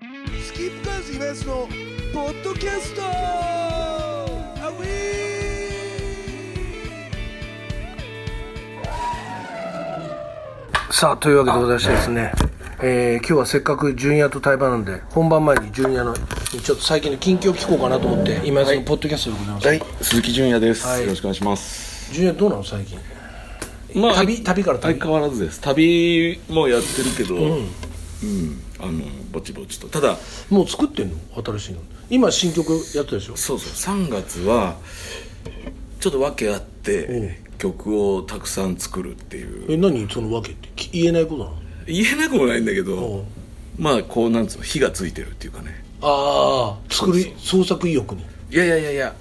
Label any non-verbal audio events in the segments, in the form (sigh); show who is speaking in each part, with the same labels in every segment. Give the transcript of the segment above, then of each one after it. Speaker 1: キープカーズイベントのポッドキャストアウィ
Speaker 2: さあというわけでございましてですね、えー今日はせっかくジュニアと対バンなんで本番前にジュニアのちょっと最近の近況聞こうかなと思って今やそのポッドキャストでございます、
Speaker 3: はい、鈴木純也です、
Speaker 2: はい
Speaker 3: よろしくお願いします。
Speaker 2: ジュニアどうなの最近
Speaker 3: ま
Speaker 2: 旅旅から旅
Speaker 3: 相変わらずです。旅もやってるけど、うん、あのぼちぼちと。ただ
Speaker 2: もう作ってんの新しいの今新曲やったでしょ
Speaker 3: そうそう、三月はちょっと訳あって曲をたくさん作るっていう
Speaker 2: え何そのわけってき言えないことなの
Speaker 3: 言えなくもないんだけ
Speaker 2: おう
Speaker 3: ど、まあこうなんつうの火がついてるっていうかね。
Speaker 2: ああ作り創作意欲に
Speaker 3: いやいやいやいや、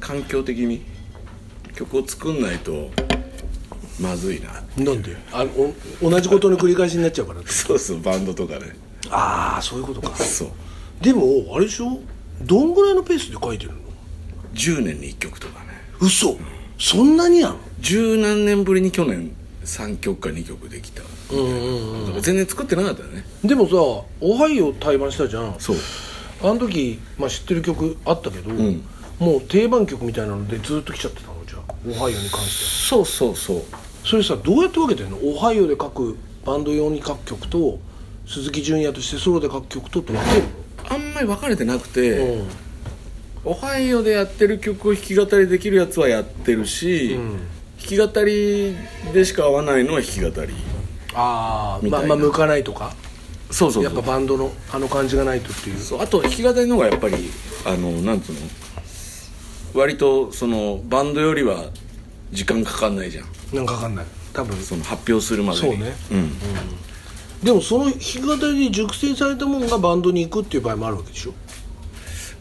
Speaker 3: 環境的に曲を作んないとまずいな。
Speaker 2: なんであお同じことの繰り返しになっちゃうから
Speaker 3: そうそう、バンドとかね。
Speaker 2: ああそういうことか
Speaker 3: そう。
Speaker 2: でもあれでしょどんぐらいのペースで書いてるの
Speaker 3: 10年に1曲とかね。
Speaker 2: 嘘そんなになの
Speaker 3: 十何年ぶりに去年3曲か2曲できた、だから全然作ってなかったよね
Speaker 2: でもさオハイオ対バンしたじゃん
Speaker 3: そう
Speaker 2: あの時、まあ、知ってる曲あったけど、
Speaker 3: ん
Speaker 2: もう定番曲みたいなのでずっと来ちゃってたのじゃあオハイオに関して
Speaker 3: そうそうそう
Speaker 2: はそれさどうやって分けてんのオハイオで書くバンド用に書く曲と鈴木純也としてソロで書く曲とって分ける
Speaker 3: あんまり分かれてなくて、
Speaker 2: の、うん、
Speaker 3: オハイオでやってる曲を弾き語りできるやつはやってるし、弾き語りでしか合わないのは弾き語り
Speaker 2: ああ
Speaker 3: みた
Speaker 2: ま
Speaker 3: い
Speaker 2: あ
Speaker 3: な
Speaker 2: まあ向かないとか
Speaker 3: そうそうそう
Speaker 2: やっぱバンドのあの感じがないとっていう
Speaker 3: そうあと弾き語りの方がやっぱりあのなんつうの割とそのバンドよりは時間かかんないじゃん
Speaker 2: なんか分かんない多分
Speaker 3: その発表するまでに
Speaker 2: そうね
Speaker 3: うん
Speaker 2: でもその弾き語りで熟成されたもんがバンドに行くっていう場合もあるわけでしょ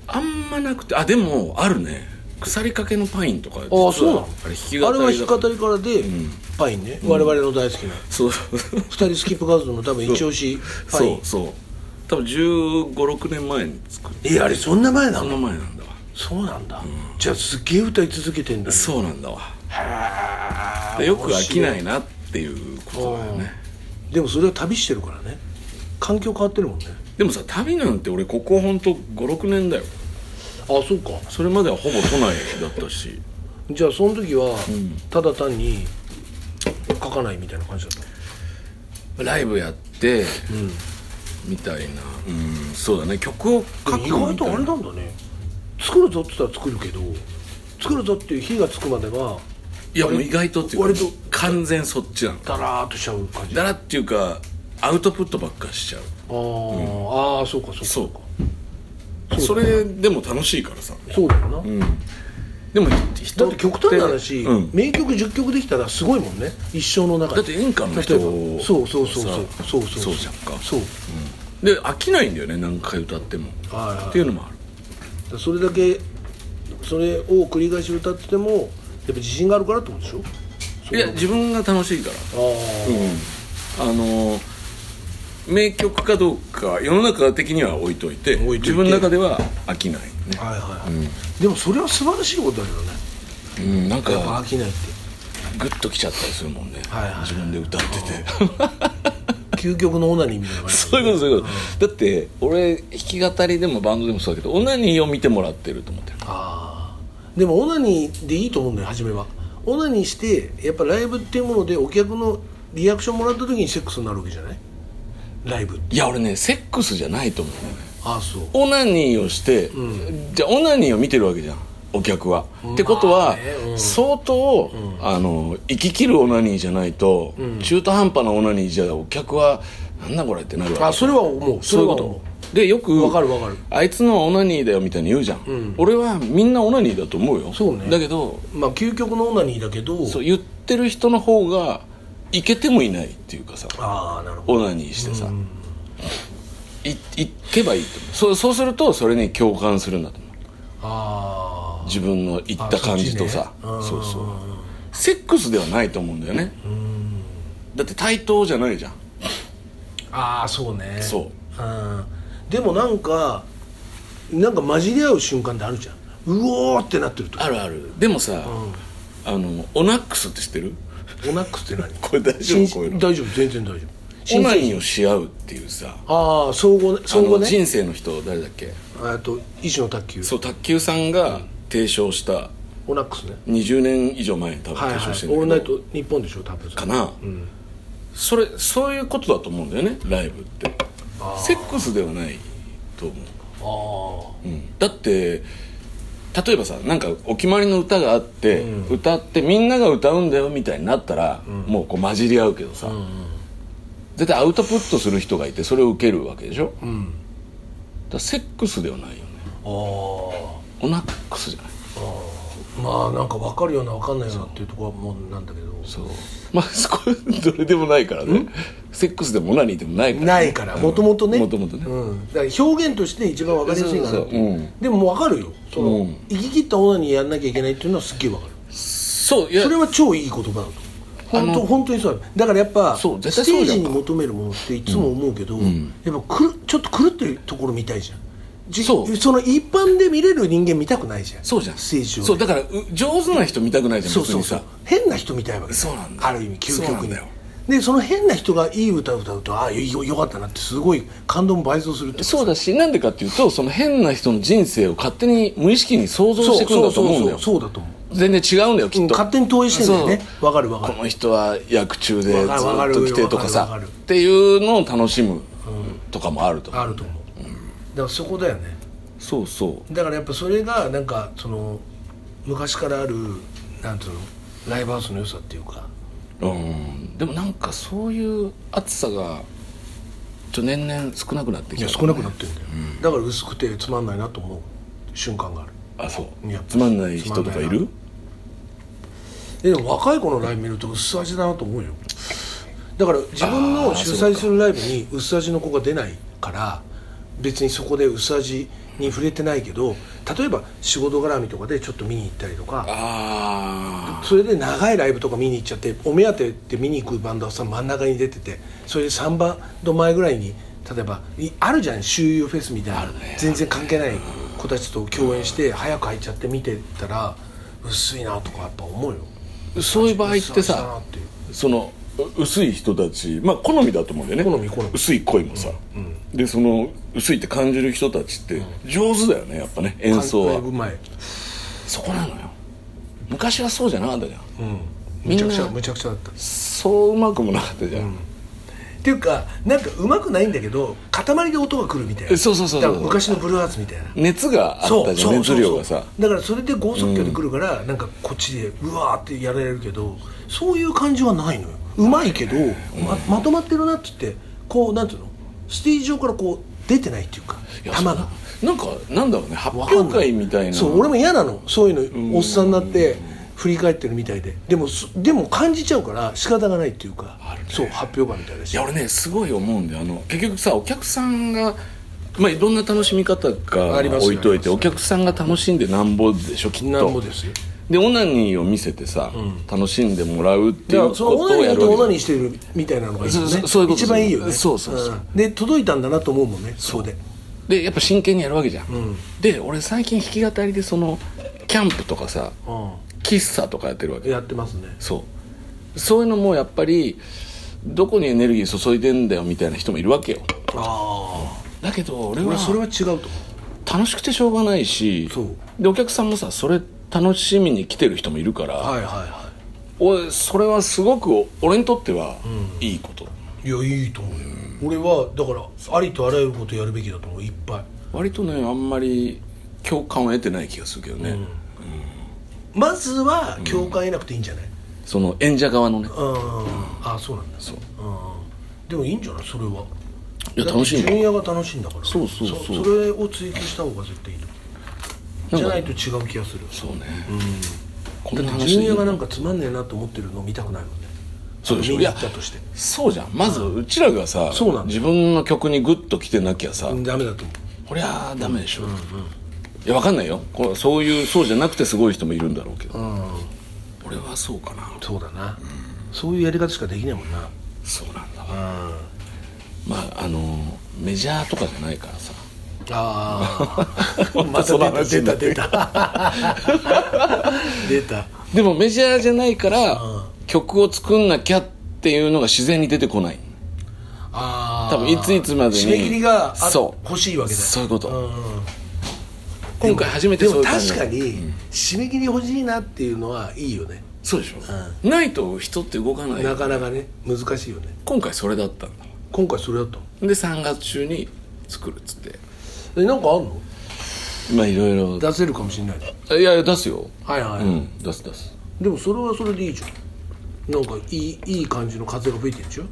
Speaker 3: あんまなくてあでもあるね腐りかけのパインとかあ
Speaker 2: ああそうなの
Speaker 3: あれ弾き語
Speaker 2: あ
Speaker 3: り
Speaker 2: れは弾き語
Speaker 3: り
Speaker 2: りからで、パインね我々の大好きな、 (laughs)
Speaker 3: そう
Speaker 2: 二人スキップガーズの多分一押しパイ
Speaker 3: そ
Speaker 2: ン
Speaker 3: うそう多分1 5六6年前に作って
Speaker 2: えあれそんな前な
Speaker 3: その
Speaker 2: の
Speaker 3: 前なんだわ
Speaker 2: そうなんだ、じゃあすげえ歌い続けてんだね
Speaker 3: そうなんだわ
Speaker 2: へえ
Speaker 3: でよく飽きないいなっていうことだよね
Speaker 2: でもそれは旅してるからね環境変わってるもんね
Speaker 3: でもさ旅なんて俺ここほんと56年だよ
Speaker 2: あそうか
Speaker 3: それまではほぼ都内だったし
Speaker 2: じゃあその時は、ただ単に書かないみたいな感じだった
Speaker 3: ライブやって、みたいなうんそうだね曲を書く
Speaker 2: 意外とあれ
Speaker 3: みた
Speaker 2: ないんだね作るぞって言ったら作るけど作るぞっていう火がつくまではい
Speaker 3: やもう意外とっていうか
Speaker 2: 割と
Speaker 3: 完全そっちなの
Speaker 2: ダラーっとしちゃう感じ
Speaker 3: だ
Speaker 2: あ
Speaker 3: らっていうかアウトプットばっかしちゃう
Speaker 2: ー、あーそうかそうか
Speaker 3: そうそれでも楽しいからさ
Speaker 2: そうだよな、
Speaker 3: でも人
Speaker 2: だって極端な話、
Speaker 3: うん
Speaker 2: 名曲10曲できたらすごいもんね一生の中
Speaker 3: だ
Speaker 2: で
Speaker 3: って演歌の人
Speaker 2: 例えばそうそうそうそう
Speaker 3: さ
Speaker 2: そうそう
Speaker 3: そうじゃんか
Speaker 2: そう
Speaker 3: で飽きないんだよね何回歌っても
Speaker 2: はいはい
Speaker 3: っていうのもある
Speaker 2: だそれだけそれを繰り返し歌っててもやっぱ自信があるからってことでしょ
Speaker 3: いや自分が楽しいから
Speaker 2: ああ、
Speaker 3: あのー名曲かどうか世の中的には置いといて
Speaker 2: 置いといて
Speaker 3: 自分の中では飽きないね
Speaker 2: はいはい、でもそれは素晴らしいことだけどね
Speaker 3: うんなん
Speaker 2: やっぱ
Speaker 3: か
Speaker 2: 飽きないって
Speaker 3: グッときちゃったりするもんね
Speaker 2: はいはい
Speaker 3: 自分で歌ってて (laughs)
Speaker 2: 究極のオナニーみたいな感じ
Speaker 3: そういうことそういうことだって俺弾き語りでもバンドでもそうだけどオナニーを見てもらってると思ってる
Speaker 2: ああでもオナニーでいいと思うんだよ初めはオナニーしてやっぱライブっていうものでお客のリアクションもらった時にセックスになるわけじゃないライブって
Speaker 3: いや俺ねセックスじゃないと思うね
Speaker 2: ああそう
Speaker 3: オナニーをして、じゃあオナニーを見てるわけじゃんお客は、ってことは、
Speaker 2: ね
Speaker 3: 相当、あの生き切るオナニーじゃないと、中途半端なオナニーじゃお客はなんだこれってなるわけ
Speaker 2: あそれは思うそ
Speaker 3: そう
Speaker 2: れ
Speaker 3: いう
Speaker 2: は
Speaker 3: こ
Speaker 2: 思
Speaker 3: とでよく
Speaker 2: わかるわかる
Speaker 3: あいつのはオナニーだよみたいに言うじゃん、俺はみんなオナニーだと思うよ
Speaker 2: そうね
Speaker 3: だけど
Speaker 2: うまあ究極のオナニーだけど
Speaker 3: そう言ってる人の方がいけてもいないっていうかさ
Speaker 2: ああなるほど
Speaker 3: オナニーしてさ、いいけばいいと思うそうそうするとそれに共感するんだと思う
Speaker 2: あ
Speaker 3: 自分の言った感じとさ
Speaker 2: あそっち
Speaker 3: そ
Speaker 2: ね
Speaker 3: うそうセックスではないと思うんだよねだって対等じゃないじゃん
Speaker 2: あああそうね
Speaker 3: そう
Speaker 2: うんでもなんかなんか混じり合う瞬間ってあるじゃんうおーってなってると
Speaker 3: あるあるでもさ、あのオナックスって知ってる (laughs)
Speaker 2: オナックスって何
Speaker 3: これ大丈夫こういうの
Speaker 2: 大丈夫全然大丈夫
Speaker 3: オナニーをし合うっていうさ
Speaker 2: ああ総合ね
Speaker 3: あ
Speaker 2: 総合
Speaker 3: の
Speaker 2: ね
Speaker 3: 人生の人誰だっけ
Speaker 2: あと医師の卓球
Speaker 3: そう卓球さんが提唱した
Speaker 2: オナックスね
Speaker 3: 20年以上前に多分
Speaker 2: はいはい
Speaker 3: 提唱
Speaker 2: オ
Speaker 3: して
Speaker 2: ール
Speaker 3: ん
Speaker 2: ナ
Speaker 3: だ
Speaker 2: イ
Speaker 3: けど
Speaker 2: ト日本でしょ多分
Speaker 3: かな、それそういうことだと思うんだよねライブってセックスではないと思う、うん、だって例えばさなんかお決まりの歌があって、歌ってみんなが歌うんだよみたいになったら、もうこう混じり合うけどさ、絶対アウトプットする人がいてそれを受けるわけでしょ、だからセックスではないよね
Speaker 2: ああ
Speaker 3: オナックスじゃない
Speaker 2: まあなんか分かるような分かんないようなっていうところはもうなんだけど
Speaker 3: そうまあ (laughs) そこどれでもないからねセックスでもオナニーでもないから、ね、
Speaker 2: ないからもともとね
Speaker 3: もともとね
Speaker 2: うん、だから表現として一番分かりやすいかな
Speaker 3: そう
Speaker 2: っ
Speaker 3: そうそ
Speaker 2: て
Speaker 3: ううん
Speaker 2: でも分かるよその、
Speaker 3: うん
Speaker 2: 生き切った女にやんなきゃいけないっていうのはすっげえ分かる
Speaker 3: そういや
Speaker 2: それは超いい言葉だと本当本当にそうだだからやっぱ
Speaker 3: そう絶対
Speaker 2: ステ
Speaker 3: そ
Speaker 2: ー
Speaker 3: うじゃん
Speaker 2: ジに求めるものっていつも思うけど、やっぱくるちょっと狂ってるところ見たいじゃんじ
Speaker 3: そう
Speaker 2: の一般で見れる人間見たくないじゃん
Speaker 3: そうじゃん
Speaker 2: ステージをね
Speaker 3: そうだからう上手な人見たくないじゃん
Speaker 2: そうそう
Speaker 3: 別
Speaker 2: そ
Speaker 3: に
Speaker 2: う
Speaker 3: さ
Speaker 2: 変な人みたいわけ
Speaker 3: そうなんだよ
Speaker 2: ある意味究
Speaker 3: そう
Speaker 2: 極
Speaker 3: なん
Speaker 2: に
Speaker 3: だよ
Speaker 2: でその変な人がいい歌を歌うとああよよかったなってすごい感動も倍増するって
Speaker 3: そうだしなんでかっていうとその変な人の人生を勝手に無意識に想像してくるんだと思うんだよ
Speaker 2: そうそうそうそうだと思
Speaker 3: 全然違うんだよき
Speaker 2: う、う
Speaker 3: っ
Speaker 2: ん、
Speaker 3: と
Speaker 2: 勝手に投影してんだよね
Speaker 3: そう
Speaker 2: わかるわか
Speaker 3: こ
Speaker 2: る
Speaker 3: の人は役中でずっ
Speaker 2: わかるわかる
Speaker 3: と来てとか
Speaker 2: わか
Speaker 3: さ
Speaker 2: るわかる
Speaker 3: っていうのを楽しむとかもあると
Speaker 2: あると思う、だからそこだよね
Speaker 3: そうそう
Speaker 2: だからやっぱそれがなんかその昔からあるなんていうのライブハウスの良さっていうか
Speaker 3: うんでもなんかそういう暑さがちょ年々少なくなってき
Speaker 2: い
Speaker 3: た
Speaker 2: や少なくなってるんだよ、だから薄くてつまんないなと思う瞬間がある
Speaker 3: あそ
Speaker 2: いうや
Speaker 3: つまんない人とかいる
Speaker 2: ででも若い子のライブ見ると薄味だなと思うよだから自分の主催するライブに薄味の子が出ないから別にそこで薄味に触れてないけど例えば仕事絡みとかでちょっと見に行ったりとか
Speaker 3: あ
Speaker 2: それで長いライブとか見に行っちゃってお目当てで見に行くバンドはさ真ん中に出ててそれで3バンド前ぐらいに例えばいあるじゃん周遊フェスみたいな、全然関係ない子たちと共演して早く入っちゃって見てたら薄いなとかやっぱ思うよ。
Speaker 3: あそういう場合って
Speaker 2: 薄味だな
Speaker 3: さ
Speaker 2: っていう
Speaker 3: そのう薄い人たちまあ好みだと思うんだよね
Speaker 2: 好み好み
Speaker 3: 薄い恋もさ、でその薄いって感じる人たちって上手だよねやっぱね演奏
Speaker 2: ライ
Speaker 3: は
Speaker 2: ブ前
Speaker 3: そこなのよ昔はそうじゃなかったじゃん
Speaker 2: む
Speaker 3: み
Speaker 2: ち
Speaker 3: ん
Speaker 2: ゃ
Speaker 3: な
Speaker 2: くちゃむちゃくちゃだった
Speaker 3: そううまくもなかったじゃん、
Speaker 2: っていうかなんかうまくないんだけど塊で音が来るみたいな
Speaker 3: えそうそうそうそう
Speaker 2: だから昔のブルーハーツみたいな
Speaker 3: 熱があったじゃん熱量がさ
Speaker 2: だからそれで剛速球で来るから、なんかこっちでうわーってやられるけどそういう感じはないのようまいけど、ままとまってるなっつってこうなんていうのステージ上からこう出てないっていうか
Speaker 3: いや
Speaker 2: 球が
Speaker 3: そうなんかなんだろうね発
Speaker 2: わかん
Speaker 3: 表会みたいな
Speaker 2: そう俺も嫌なのそういうのおっさんになって振り返ってるみたいででもそでも感じちゃうから仕方がないっていうか、そう発表会みたいだ
Speaker 3: い
Speaker 2: し
Speaker 3: や俺ねすごい思うんだよあの結局さお客さんがまあいろんな楽しみ方が
Speaker 2: ありますよ
Speaker 3: 置いといて
Speaker 2: あり
Speaker 3: お
Speaker 2: ますよ
Speaker 3: 客さんが楽しんでなんぼでしょきっと
Speaker 2: なんぼですよ
Speaker 3: でオナニーを見せてさ、楽しんでもらうっていう
Speaker 2: だから
Speaker 3: こ
Speaker 2: そ
Speaker 3: と
Speaker 2: のオ
Speaker 3: を
Speaker 2: ナ
Speaker 3: や
Speaker 2: ニー
Speaker 3: るわ
Speaker 2: と
Speaker 3: け
Speaker 2: オナニーしてるみたいなのがいいよね
Speaker 3: そうそういうこと
Speaker 2: 一番いいよね
Speaker 3: そうそうそうん
Speaker 2: で届いたんだなと思うもんねそこで
Speaker 3: でやっぱ真剣にやるわけじゃん、で俺最近弾き語りでそのキャンプとかさ
Speaker 2: う
Speaker 3: 喫茶とかやってるわけ
Speaker 2: んやってますね
Speaker 3: そうそういうのもやっぱりどこにエネルギー注いでんだよみたいな人もいるわけよ
Speaker 2: あ
Speaker 3: だけど俺
Speaker 2: あ
Speaker 3: は
Speaker 2: 俺それは違うと思う
Speaker 3: 楽しくてしょうがないし
Speaker 2: そう
Speaker 3: でお客さんもさそれ楽しみに来てる人もいるから、
Speaker 2: はいはいは
Speaker 3: 俺それはすごくお俺にとってはいいこと、
Speaker 2: いいやいいと思うよ俺はだからありとあらゆることやるべきだと思ういっぱい
Speaker 3: 割とねあんまり共感を得てない気がするけどね、
Speaker 2: まずは共感得なくていいんじゃない
Speaker 3: その演者側のね
Speaker 2: うんああそうなんだ
Speaker 3: そう
Speaker 2: うんでもいいんじゃないそれはい
Speaker 3: や楽しい
Speaker 2: だってジュ
Speaker 3: ね
Speaker 2: ニアが楽しいんだから
Speaker 3: そうそうそう
Speaker 2: それを追求した方が絶対いいと思うじゃないと違う気がする
Speaker 3: そうね、こんな
Speaker 2: だって
Speaker 3: 話
Speaker 2: ジュ
Speaker 3: でいい
Speaker 2: ニア
Speaker 3: の
Speaker 2: がなんかつまんねえなと思ってるの見たくないもんね
Speaker 3: そうでしょ
Speaker 2: 見に行ったとして
Speaker 3: そうじゃんまずうちらがさ、
Speaker 2: そうなんだ
Speaker 3: 自分の曲にグッと来てなきゃさ、
Speaker 2: うんダメだと思う
Speaker 3: こりゃダメでしょ、いやわかんないよこれそういうそうじゃなくてすごい人もいるんだろうけど、俺はそうかな
Speaker 2: そうだなそういうやり方しかできないもんな
Speaker 3: そうなんだわまああのメジャーとかじゃないからさ
Speaker 2: ああ (laughs)
Speaker 3: またその話
Speaker 2: 出
Speaker 3: にな
Speaker 2: た
Speaker 3: って
Speaker 2: 出
Speaker 3: る
Speaker 2: た (laughs) 出た出た
Speaker 3: でもメジャーじゃないから曲を作んなきゃっていうのが自然に出てこない
Speaker 2: あー
Speaker 3: 多分いついつまでに
Speaker 2: 締め切りがあ
Speaker 3: そう
Speaker 2: 欲しいわけだ
Speaker 3: そういうこと
Speaker 2: んうん
Speaker 3: 今回初めて
Speaker 2: で
Speaker 3: そうい
Speaker 2: も
Speaker 3: う感じ
Speaker 2: 確かに締め切り欲しいなっていうのはいいよね
Speaker 3: そうでしょ、ないと人って動かない
Speaker 2: なかなかね難しいよね
Speaker 3: 今回それだったんだ
Speaker 2: 今回それだったの
Speaker 3: で3月中に作るっつって
Speaker 2: えなんかあんの
Speaker 3: まあいろいろ
Speaker 2: 出せるかもしれない
Speaker 3: いやいや出すよ
Speaker 2: はいはい、
Speaker 3: うん出す出す
Speaker 2: でもそれはそれでいいじゃんなんかいいいい感じの風が吹いてるでしょ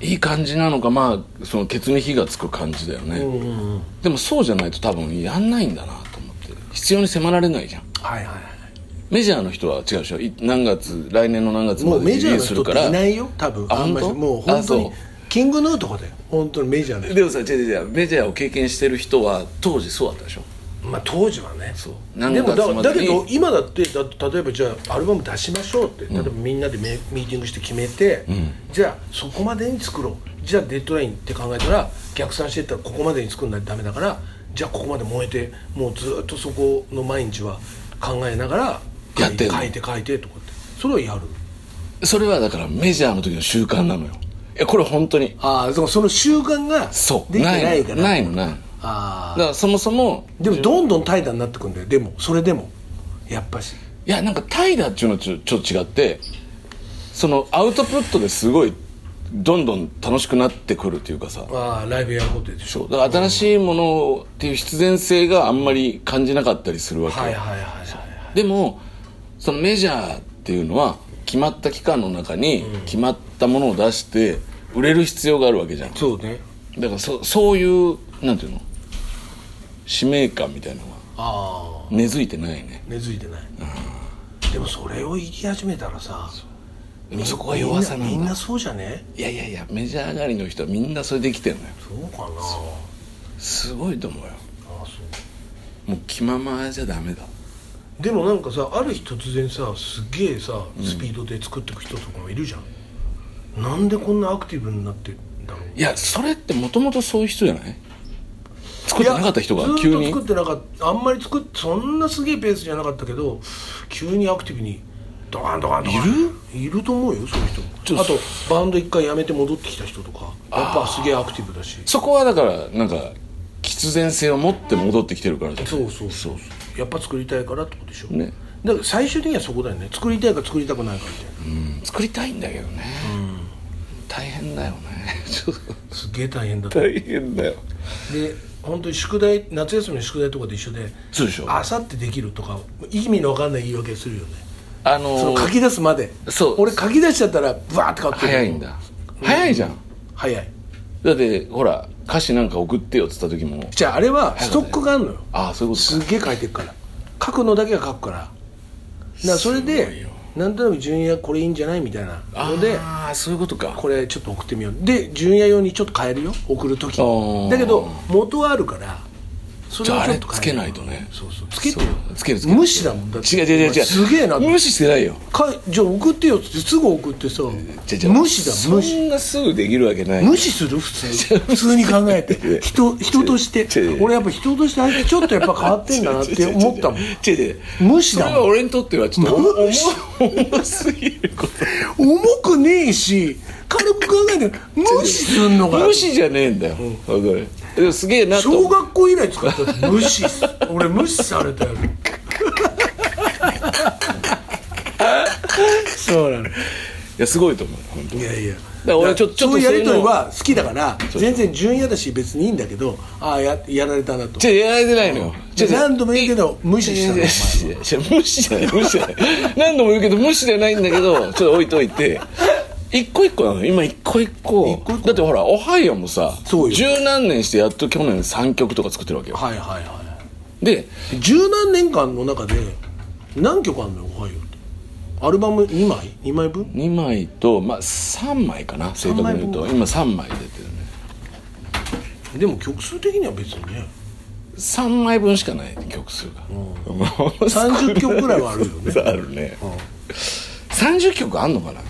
Speaker 3: いい感じなのかまあそのケツに火がつく感じだよね、
Speaker 2: うんうんうん
Speaker 3: でもそうじゃないと多分やんないんだなと思って必要に迫られないじゃん
Speaker 2: はいはいは
Speaker 3: メジャーの人は違うでしょい何月来年の何月
Speaker 2: いも
Speaker 3: ま
Speaker 2: う
Speaker 3: で
Speaker 2: メ
Speaker 3: リ
Speaker 2: ジ
Speaker 3: リ
Speaker 2: ャー
Speaker 3: ー
Speaker 2: の
Speaker 3: スす
Speaker 2: 人
Speaker 3: る
Speaker 2: って
Speaker 3: か
Speaker 2: い
Speaker 3: ら
Speaker 2: ないよ多分
Speaker 3: あ
Speaker 2: あんまり
Speaker 3: 本当
Speaker 2: もう本当
Speaker 3: あ
Speaker 2: に
Speaker 3: そ
Speaker 2: キングヌーとかだよ本当にメジャーの人
Speaker 3: でもさ違う違う違うメジャーを経験してる人は当時そうだったでしょ
Speaker 2: まあ当時はね
Speaker 3: そう何
Speaker 2: でも
Speaker 3: 月
Speaker 2: だ
Speaker 3: まで
Speaker 2: だ
Speaker 3: に
Speaker 2: けど今だってだ例えばじゃあアルバム出しましょうって例えばみんなでメミーティングして決めて、じゃあそこまでに作ろうじゃあデッドラインって考えたら逆算していったらここまでに作んないとダメだからじゃあここまで燃えてもうずっとそこの毎日は考えながら書い
Speaker 3: やってんの
Speaker 2: 書いて書いてとかってそれはやる
Speaker 3: それはだからメジャーの時の習慣なのよいやこれ本当に
Speaker 2: ああその習慣が
Speaker 3: そう
Speaker 2: できてないから
Speaker 3: ないのないのないの
Speaker 2: あ
Speaker 3: だからそもそも
Speaker 2: でもどんどん怠惰になってくんだよでもそれでもやっぱし
Speaker 3: いやなんか怠惰っていうのとちょちょっと違ってそのアウトプットですごいどんどん楽しくなってくるというかさ
Speaker 2: ああライブやることでしょ
Speaker 3: そうだから新しいものっていう必然性があんまり感じなかったりするわけよ、
Speaker 2: はいはいはいはい
Speaker 3: でもそのメジャーっていうのは決まった期間の中に決まったものを出して売れる必要があるわけじゃん
Speaker 2: そうね
Speaker 3: だからそそういうなんていうの使命感みたいなのが
Speaker 2: ああ
Speaker 3: 根付いてないね
Speaker 2: 根付いてない、でもそれを言い始めたらさ
Speaker 3: でもそこが弱さな
Speaker 2: みん
Speaker 3: ん
Speaker 2: みん
Speaker 3: だ
Speaker 2: なそうじゃね
Speaker 3: いやいやいやメジャー上がりの人はみんなそれできてんのよ
Speaker 2: そうかな
Speaker 3: すごいと思うよ
Speaker 2: ああそう
Speaker 3: もう気ままじゃダメだ
Speaker 2: でもなんかさある日突然さすげえさスピードで作っていく人とかもいるじゃん、なんでこんなアクティブになってんだろう
Speaker 3: いやそれってもともとそういう人じゃない作ってなかった人が急
Speaker 2: いや
Speaker 3: に
Speaker 2: ずっと作ってなかったあんまり作ってそんなすげえペースじゃなかったけど急にアクティブにドカンドカンドカンいるいると思うよそういう
Speaker 3: ち
Speaker 2: 人
Speaker 3: ょ
Speaker 2: あとバンド一回やめて戻ってきた人とかやっぱすげえアクティブだし
Speaker 3: そこはだからなんか必然性を持って戻ってきてるからじゃん
Speaker 2: そうそうそうそうやっぱ作りたいからってことでしょ
Speaker 3: ね
Speaker 2: だから最終的にはそこだよね作りたいか作りたくないかみたいな
Speaker 3: 作りたいんだけどね、大変だよねちょっと
Speaker 2: すげえ大変だったで
Speaker 3: 大変だよ
Speaker 2: 本当に宿題夏休みの宿題とかと一緒で
Speaker 3: そうでしょ
Speaker 2: あさってできるとか意味の分かんない言い訳するよね
Speaker 3: あのー
Speaker 2: その書き出すまで
Speaker 3: そう
Speaker 2: 俺書き出しちゃったらブワーって書くけど
Speaker 3: 早いんだ早いじゃん
Speaker 2: 早い
Speaker 3: だってほら歌詞なんか送ってよっつった時も
Speaker 2: じゃああれはストックがあるのよ
Speaker 3: ああそういうこと
Speaker 2: す
Speaker 3: か
Speaker 2: っげえ書いてるから書くのだけは書くからだからそ
Speaker 3: すご
Speaker 2: れ
Speaker 3: い
Speaker 2: で
Speaker 3: よ
Speaker 2: なんとなく純也これいいんじゃないみたいなので
Speaker 3: ああそういうことか
Speaker 2: これちょっと送ってみようで純也用にちょっと変えるよ送る時
Speaker 3: あー
Speaker 2: だけど元はあるからそ
Speaker 3: じゃああ
Speaker 2: ちょ
Speaker 3: れ
Speaker 2: っと
Speaker 3: つ
Speaker 2: 変
Speaker 3: け
Speaker 2: える
Speaker 3: ないとね
Speaker 2: そうそうつけてよ
Speaker 3: そうつけるつける
Speaker 2: 無視だもんだって
Speaker 3: 違う違う違う違う
Speaker 2: すげえな
Speaker 3: 無視してないよ
Speaker 2: かいじゃあ送ってよっつってすぐ送ってさ
Speaker 3: じゃじゃ
Speaker 2: 無視だ無視
Speaker 3: そんなすぐできるわけない
Speaker 2: 無視する普通普通に考え
Speaker 3: (laughs)
Speaker 2: て人人として
Speaker 3: 違う違う
Speaker 2: 俺やっぱ人としてあいつちょっとやっぱ変わってんだなって思ったもん
Speaker 3: 違う違う違う
Speaker 2: 無視だもん
Speaker 3: それは俺にとってはちょっと
Speaker 2: 無視
Speaker 3: 重重すぎること
Speaker 2: 重くねえし軽く考えて無視すんのか
Speaker 3: 無視じゃねえんだよ、わかるでもすげえなと思う
Speaker 2: 小学校以来使った無視す俺無視さ
Speaker 3: (laughs)
Speaker 2: れたよそうなの
Speaker 3: いやすごいと思う本当に
Speaker 2: いやいや
Speaker 3: ら俺ちょっとちょっと
Speaker 2: そういうや
Speaker 3: そうい
Speaker 2: り
Speaker 3: うの
Speaker 2: とりは好きだから全然順位やだし別にいいんだけどああややられたなと
Speaker 3: じゃやられてないのよじゃ
Speaker 2: 何度も言うけど無視したのお前は
Speaker 3: 無視じゃない無視じゃない何度も言うけど無視じゃないんだけどちょっと置いといて一個一個なのよ今一個一個
Speaker 2: 一個一個
Speaker 3: だってほら「オハイオ」もさ
Speaker 2: そうよ
Speaker 3: 十何年してやっと去年3曲とか作ってるわけよ
Speaker 2: はいはいはい
Speaker 3: で
Speaker 2: 十何年間の中で何曲あんのよ「おはよう」ってアルバム2枚2枚分
Speaker 3: 2枚とまあ3枚かな正確に言うと今3枚出てるね
Speaker 2: でも曲数的には別にね
Speaker 3: 3枚分しかない曲数が、
Speaker 2: 30曲ぐらいはあるよね
Speaker 3: (laughs) あるね、30曲あんのかな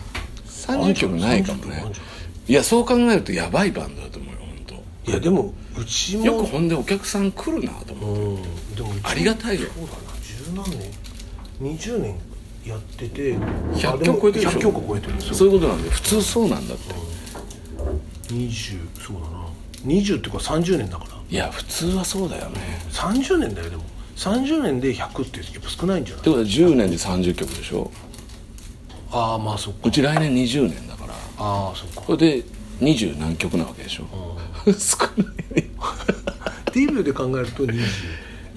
Speaker 3: 30曲ないかも
Speaker 2: あんじゃん
Speaker 3: ね
Speaker 2: 30曲あんじゃ
Speaker 3: いやそう考えるとやばいバンドだと思うよ本
Speaker 2: いやでもうちも
Speaker 3: 当。よくほんでお客さん来るなと思う
Speaker 2: うんでもうちも
Speaker 3: ありがたいよ
Speaker 2: そうだな十何年20年やってて
Speaker 3: 100曲超えてるでしょ
Speaker 2: 100曲超えてるんですよ
Speaker 3: そういうことなんで普通そうなんだって
Speaker 2: 20そうだな20っていうか30年だから
Speaker 3: いや普通はそうだよね
Speaker 2: 30年だよでも30年で100ってやっぱ少ないんじゃな
Speaker 3: っ
Speaker 2: い
Speaker 3: てことは10年で30曲でしょ
Speaker 2: ああまあそっか
Speaker 3: うち来年20年だから
Speaker 2: ああそっか
Speaker 3: これで20何曲なわけでしょ少ないね
Speaker 2: デビューで考えると20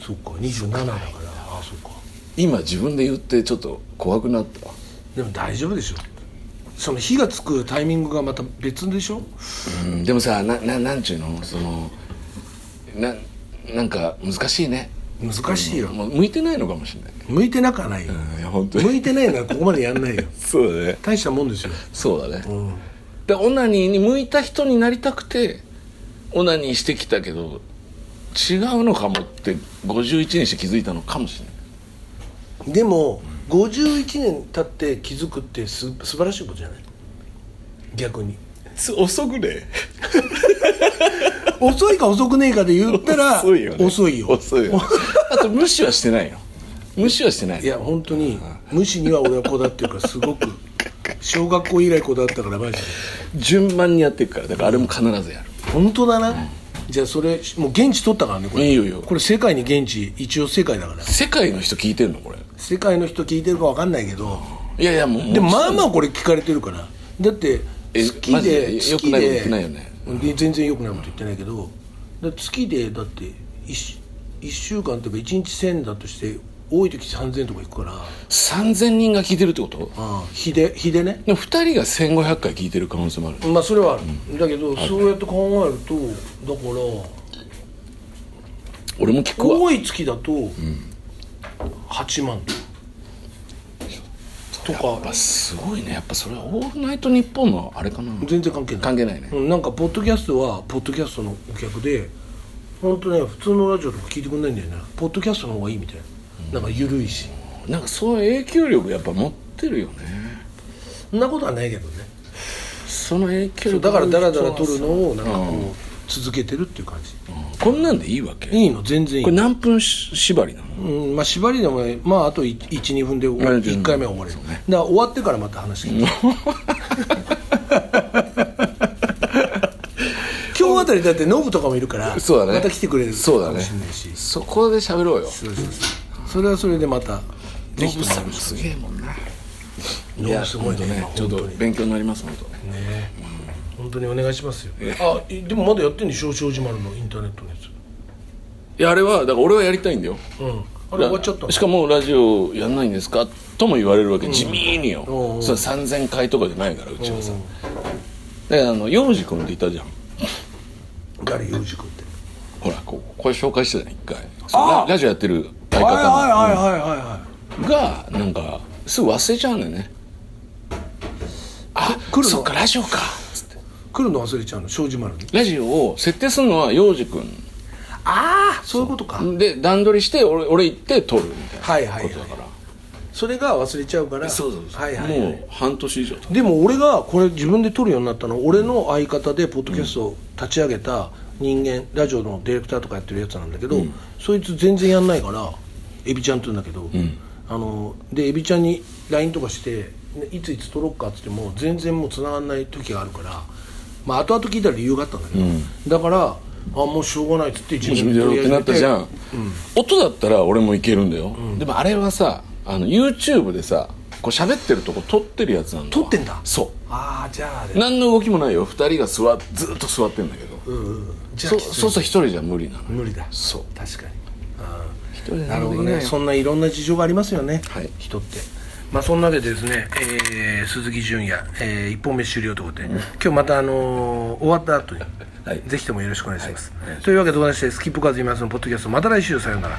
Speaker 2: そっか27だからああそっか
Speaker 3: 今自分で言ってちょっと怖くなったわ
Speaker 2: でも大丈夫でしょその火がつくタイミングがまた別でしょ
Speaker 3: うんでもさなななんちゅうのそのななんか難しいね
Speaker 2: 難しいよ
Speaker 3: もう向いてないのかもしれない
Speaker 2: 向いてなくはないよ
Speaker 3: うんいや本当
Speaker 2: 向
Speaker 3: に
Speaker 2: いてないならここまでやんないよ
Speaker 3: そうだね
Speaker 2: 大したもんですよ
Speaker 3: そうだね、でオナニーに向いた人になりたくてオナニーしてきたけど違うのかもって51にして気づいたのかもしれない
Speaker 2: でも51年経って気づくってす素晴らしいことじゃない逆に
Speaker 3: つ遅くね
Speaker 2: 遅いか遅くねえかで言ったら
Speaker 3: 遅いよ、ね、
Speaker 2: 遅いよ
Speaker 3: 遅いよ (laughs) あと無視はしてないよ無視はしてない
Speaker 2: いや本当に無視には俺はこだっていうからすごく小学校以来こだわったからマジで
Speaker 3: 順番にやっていくからだからあれも必ずやる
Speaker 2: 本当だな、じゃあそれもう現地取ったからねこれ
Speaker 3: いいよいいよ
Speaker 2: これ世界に現地一応世界だから
Speaker 3: 世界の人聞いてんのこれ
Speaker 2: 世界の人聞いてるか分かんないけど
Speaker 3: いやいやもう
Speaker 2: でもまあ
Speaker 3: あ
Speaker 2: まあこれ聞かれてるからだって
Speaker 3: え
Speaker 2: 月
Speaker 3: マジ
Speaker 2: で
Speaker 3: でよく
Speaker 2: 月
Speaker 3: ないこと
Speaker 2: で
Speaker 3: 言ってないよね
Speaker 2: うん全然よくないこと言ってないけどだって月でだって 1, 週間というか1日1000だとして多い時3000とかいくから
Speaker 3: 3000人が聞いてるってこと
Speaker 2: ああ日で日でね
Speaker 3: でも2人が1500回聞いてる可能性もある
Speaker 2: まあそれはある、だけどそうやって考えるとだから
Speaker 3: 俺も聞くわ
Speaker 2: 多い月だと8万とか、
Speaker 3: やっぱすごいねやっぱそれはオールナイトニッポンのあれかな
Speaker 2: 全然関係ない
Speaker 3: 関係ないね
Speaker 2: うん、なんかポッドキャストはポッドキャストのお客で本当ね普通のラジオとか聞いてくんないんだよねポッドキャストの方がいいみたいななんか緩いし
Speaker 3: なんかそういう影響力やっぱ持ってるよね
Speaker 2: そんなことはないけどね
Speaker 3: その影響
Speaker 2: そ
Speaker 3: 力
Speaker 2: うだからダラダラ撮るのをなんか
Speaker 3: う
Speaker 2: こう続けてるっていう感じ
Speaker 3: こんなんでいいわけ
Speaker 2: いいの全然いい
Speaker 3: これ
Speaker 2: の
Speaker 3: 何分し縛りなの
Speaker 2: うんまあ縛りでもねまああと12分で
Speaker 3: ん
Speaker 2: 1回目は終われるだから終わってからまた話聞く (laughs) 今日あたりだってノブとかもいるから
Speaker 3: そうだね
Speaker 2: また来てくれるか
Speaker 3: そうだ
Speaker 2: も
Speaker 3: ね
Speaker 2: しれないし
Speaker 3: そこで喋ろうよ
Speaker 2: そうそうそうそれはそれでまた
Speaker 3: ノブさんもすげえもんな
Speaker 2: ノブすごいね
Speaker 3: 本当ちょっと勉強になります本当
Speaker 2: ね本当にお願いしますよあいでもまだやってんでしょ庄司丸のインターネットのやつ
Speaker 3: いやあれはだから俺はやりたいんだよ
Speaker 2: うんあれ終わっちゃったの
Speaker 3: しかもラジオやんないんですかとも言われるわけ、地味によ、
Speaker 2: うんうん
Speaker 3: それ3000回とかじゃないからうちはさ、だからあの幼児君っていたじゃん
Speaker 2: 誰洋二君って
Speaker 3: ほらこうこれ紹介してたね一回そうララジオやってる相
Speaker 2: はい
Speaker 3: 方
Speaker 2: はい
Speaker 3: の
Speaker 2: はいはいはいは
Speaker 3: がなんかすぐ忘れちゃうんだよねあ
Speaker 2: 来るの
Speaker 3: そっかラジオかつって
Speaker 2: い来るの忘れちゃうの庄司丸に
Speaker 3: ラジオを設定するのは幼児君
Speaker 2: ああそういうことか
Speaker 3: で段取りして俺俺行って撮るみたいな
Speaker 2: はいはいはい
Speaker 3: ことだから、
Speaker 2: それが忘れちゃうからはいはいは
Speaker 3: も
Speaker 2: いう
Speaker 3: 半年以上経っ
Speaker 2: でも俺がこれ自分で撮るようになったの俺の相方でポッドキャストを立ち上げた人間、ラジオのディレクターとかやってるやつなんだけど、そいつ全然やんないからエビちゃんって言うんだけど、あのでエビちゃんに LINE とかしてねいついつ撮ろっかっつっても全然もう繋がんない時があるからまあ後々聞いたら理由があったんだけど、だからあもうしょうがないっつって自
Speaker 3: 自分でやろうってなったじゃん、
Speaker 2: うん
Speaker 3: 音だったら俺もいけるんだよ、でもあれはさあの YouTube でさこう喋ってるとこ撮ってるやつなんだわ
Speaker 2: 撮ってんだ
Speaker 3: そ
Speaker 2: ああじゃああれ
Speaker 3: う何の動きもないよ2人が座っずっと座ってんだけど、
Speaker 2: うんうんじゃあ
Speaker 3: そ
Speaker 2: き
Speaker 3: う
Speaker 2: つい
Speaker 3: そうそう1人じゃ無理なの
Speaker 2: 無理だ
Speaker 3: そう
Speaker 2: 確かにああ
Speaker 3: 一人で
Speaker 2: な
Speaker 3: な
Speaker 2: る
Speaker 3: る
Speaker 2: ほ
Speaker 3: ほ
Speaker 2: ど
Speaker 3: ど
Speaker 2: ね
Speaker 3: ね
Speaker 2: そんないろんな事情がありますよね、
Speaker 3: はい
Speaker 2: 人ってまあそんなわけでですね、えー鈴木純也、えー、1本目終了ということで、今日また、あのー終わった後に、
Speaker 3: はい
Speaker 2: ぜひともよろしくお願いします、というわけでございましてスキップカーズ今すのポッドキャストまた来週さようなら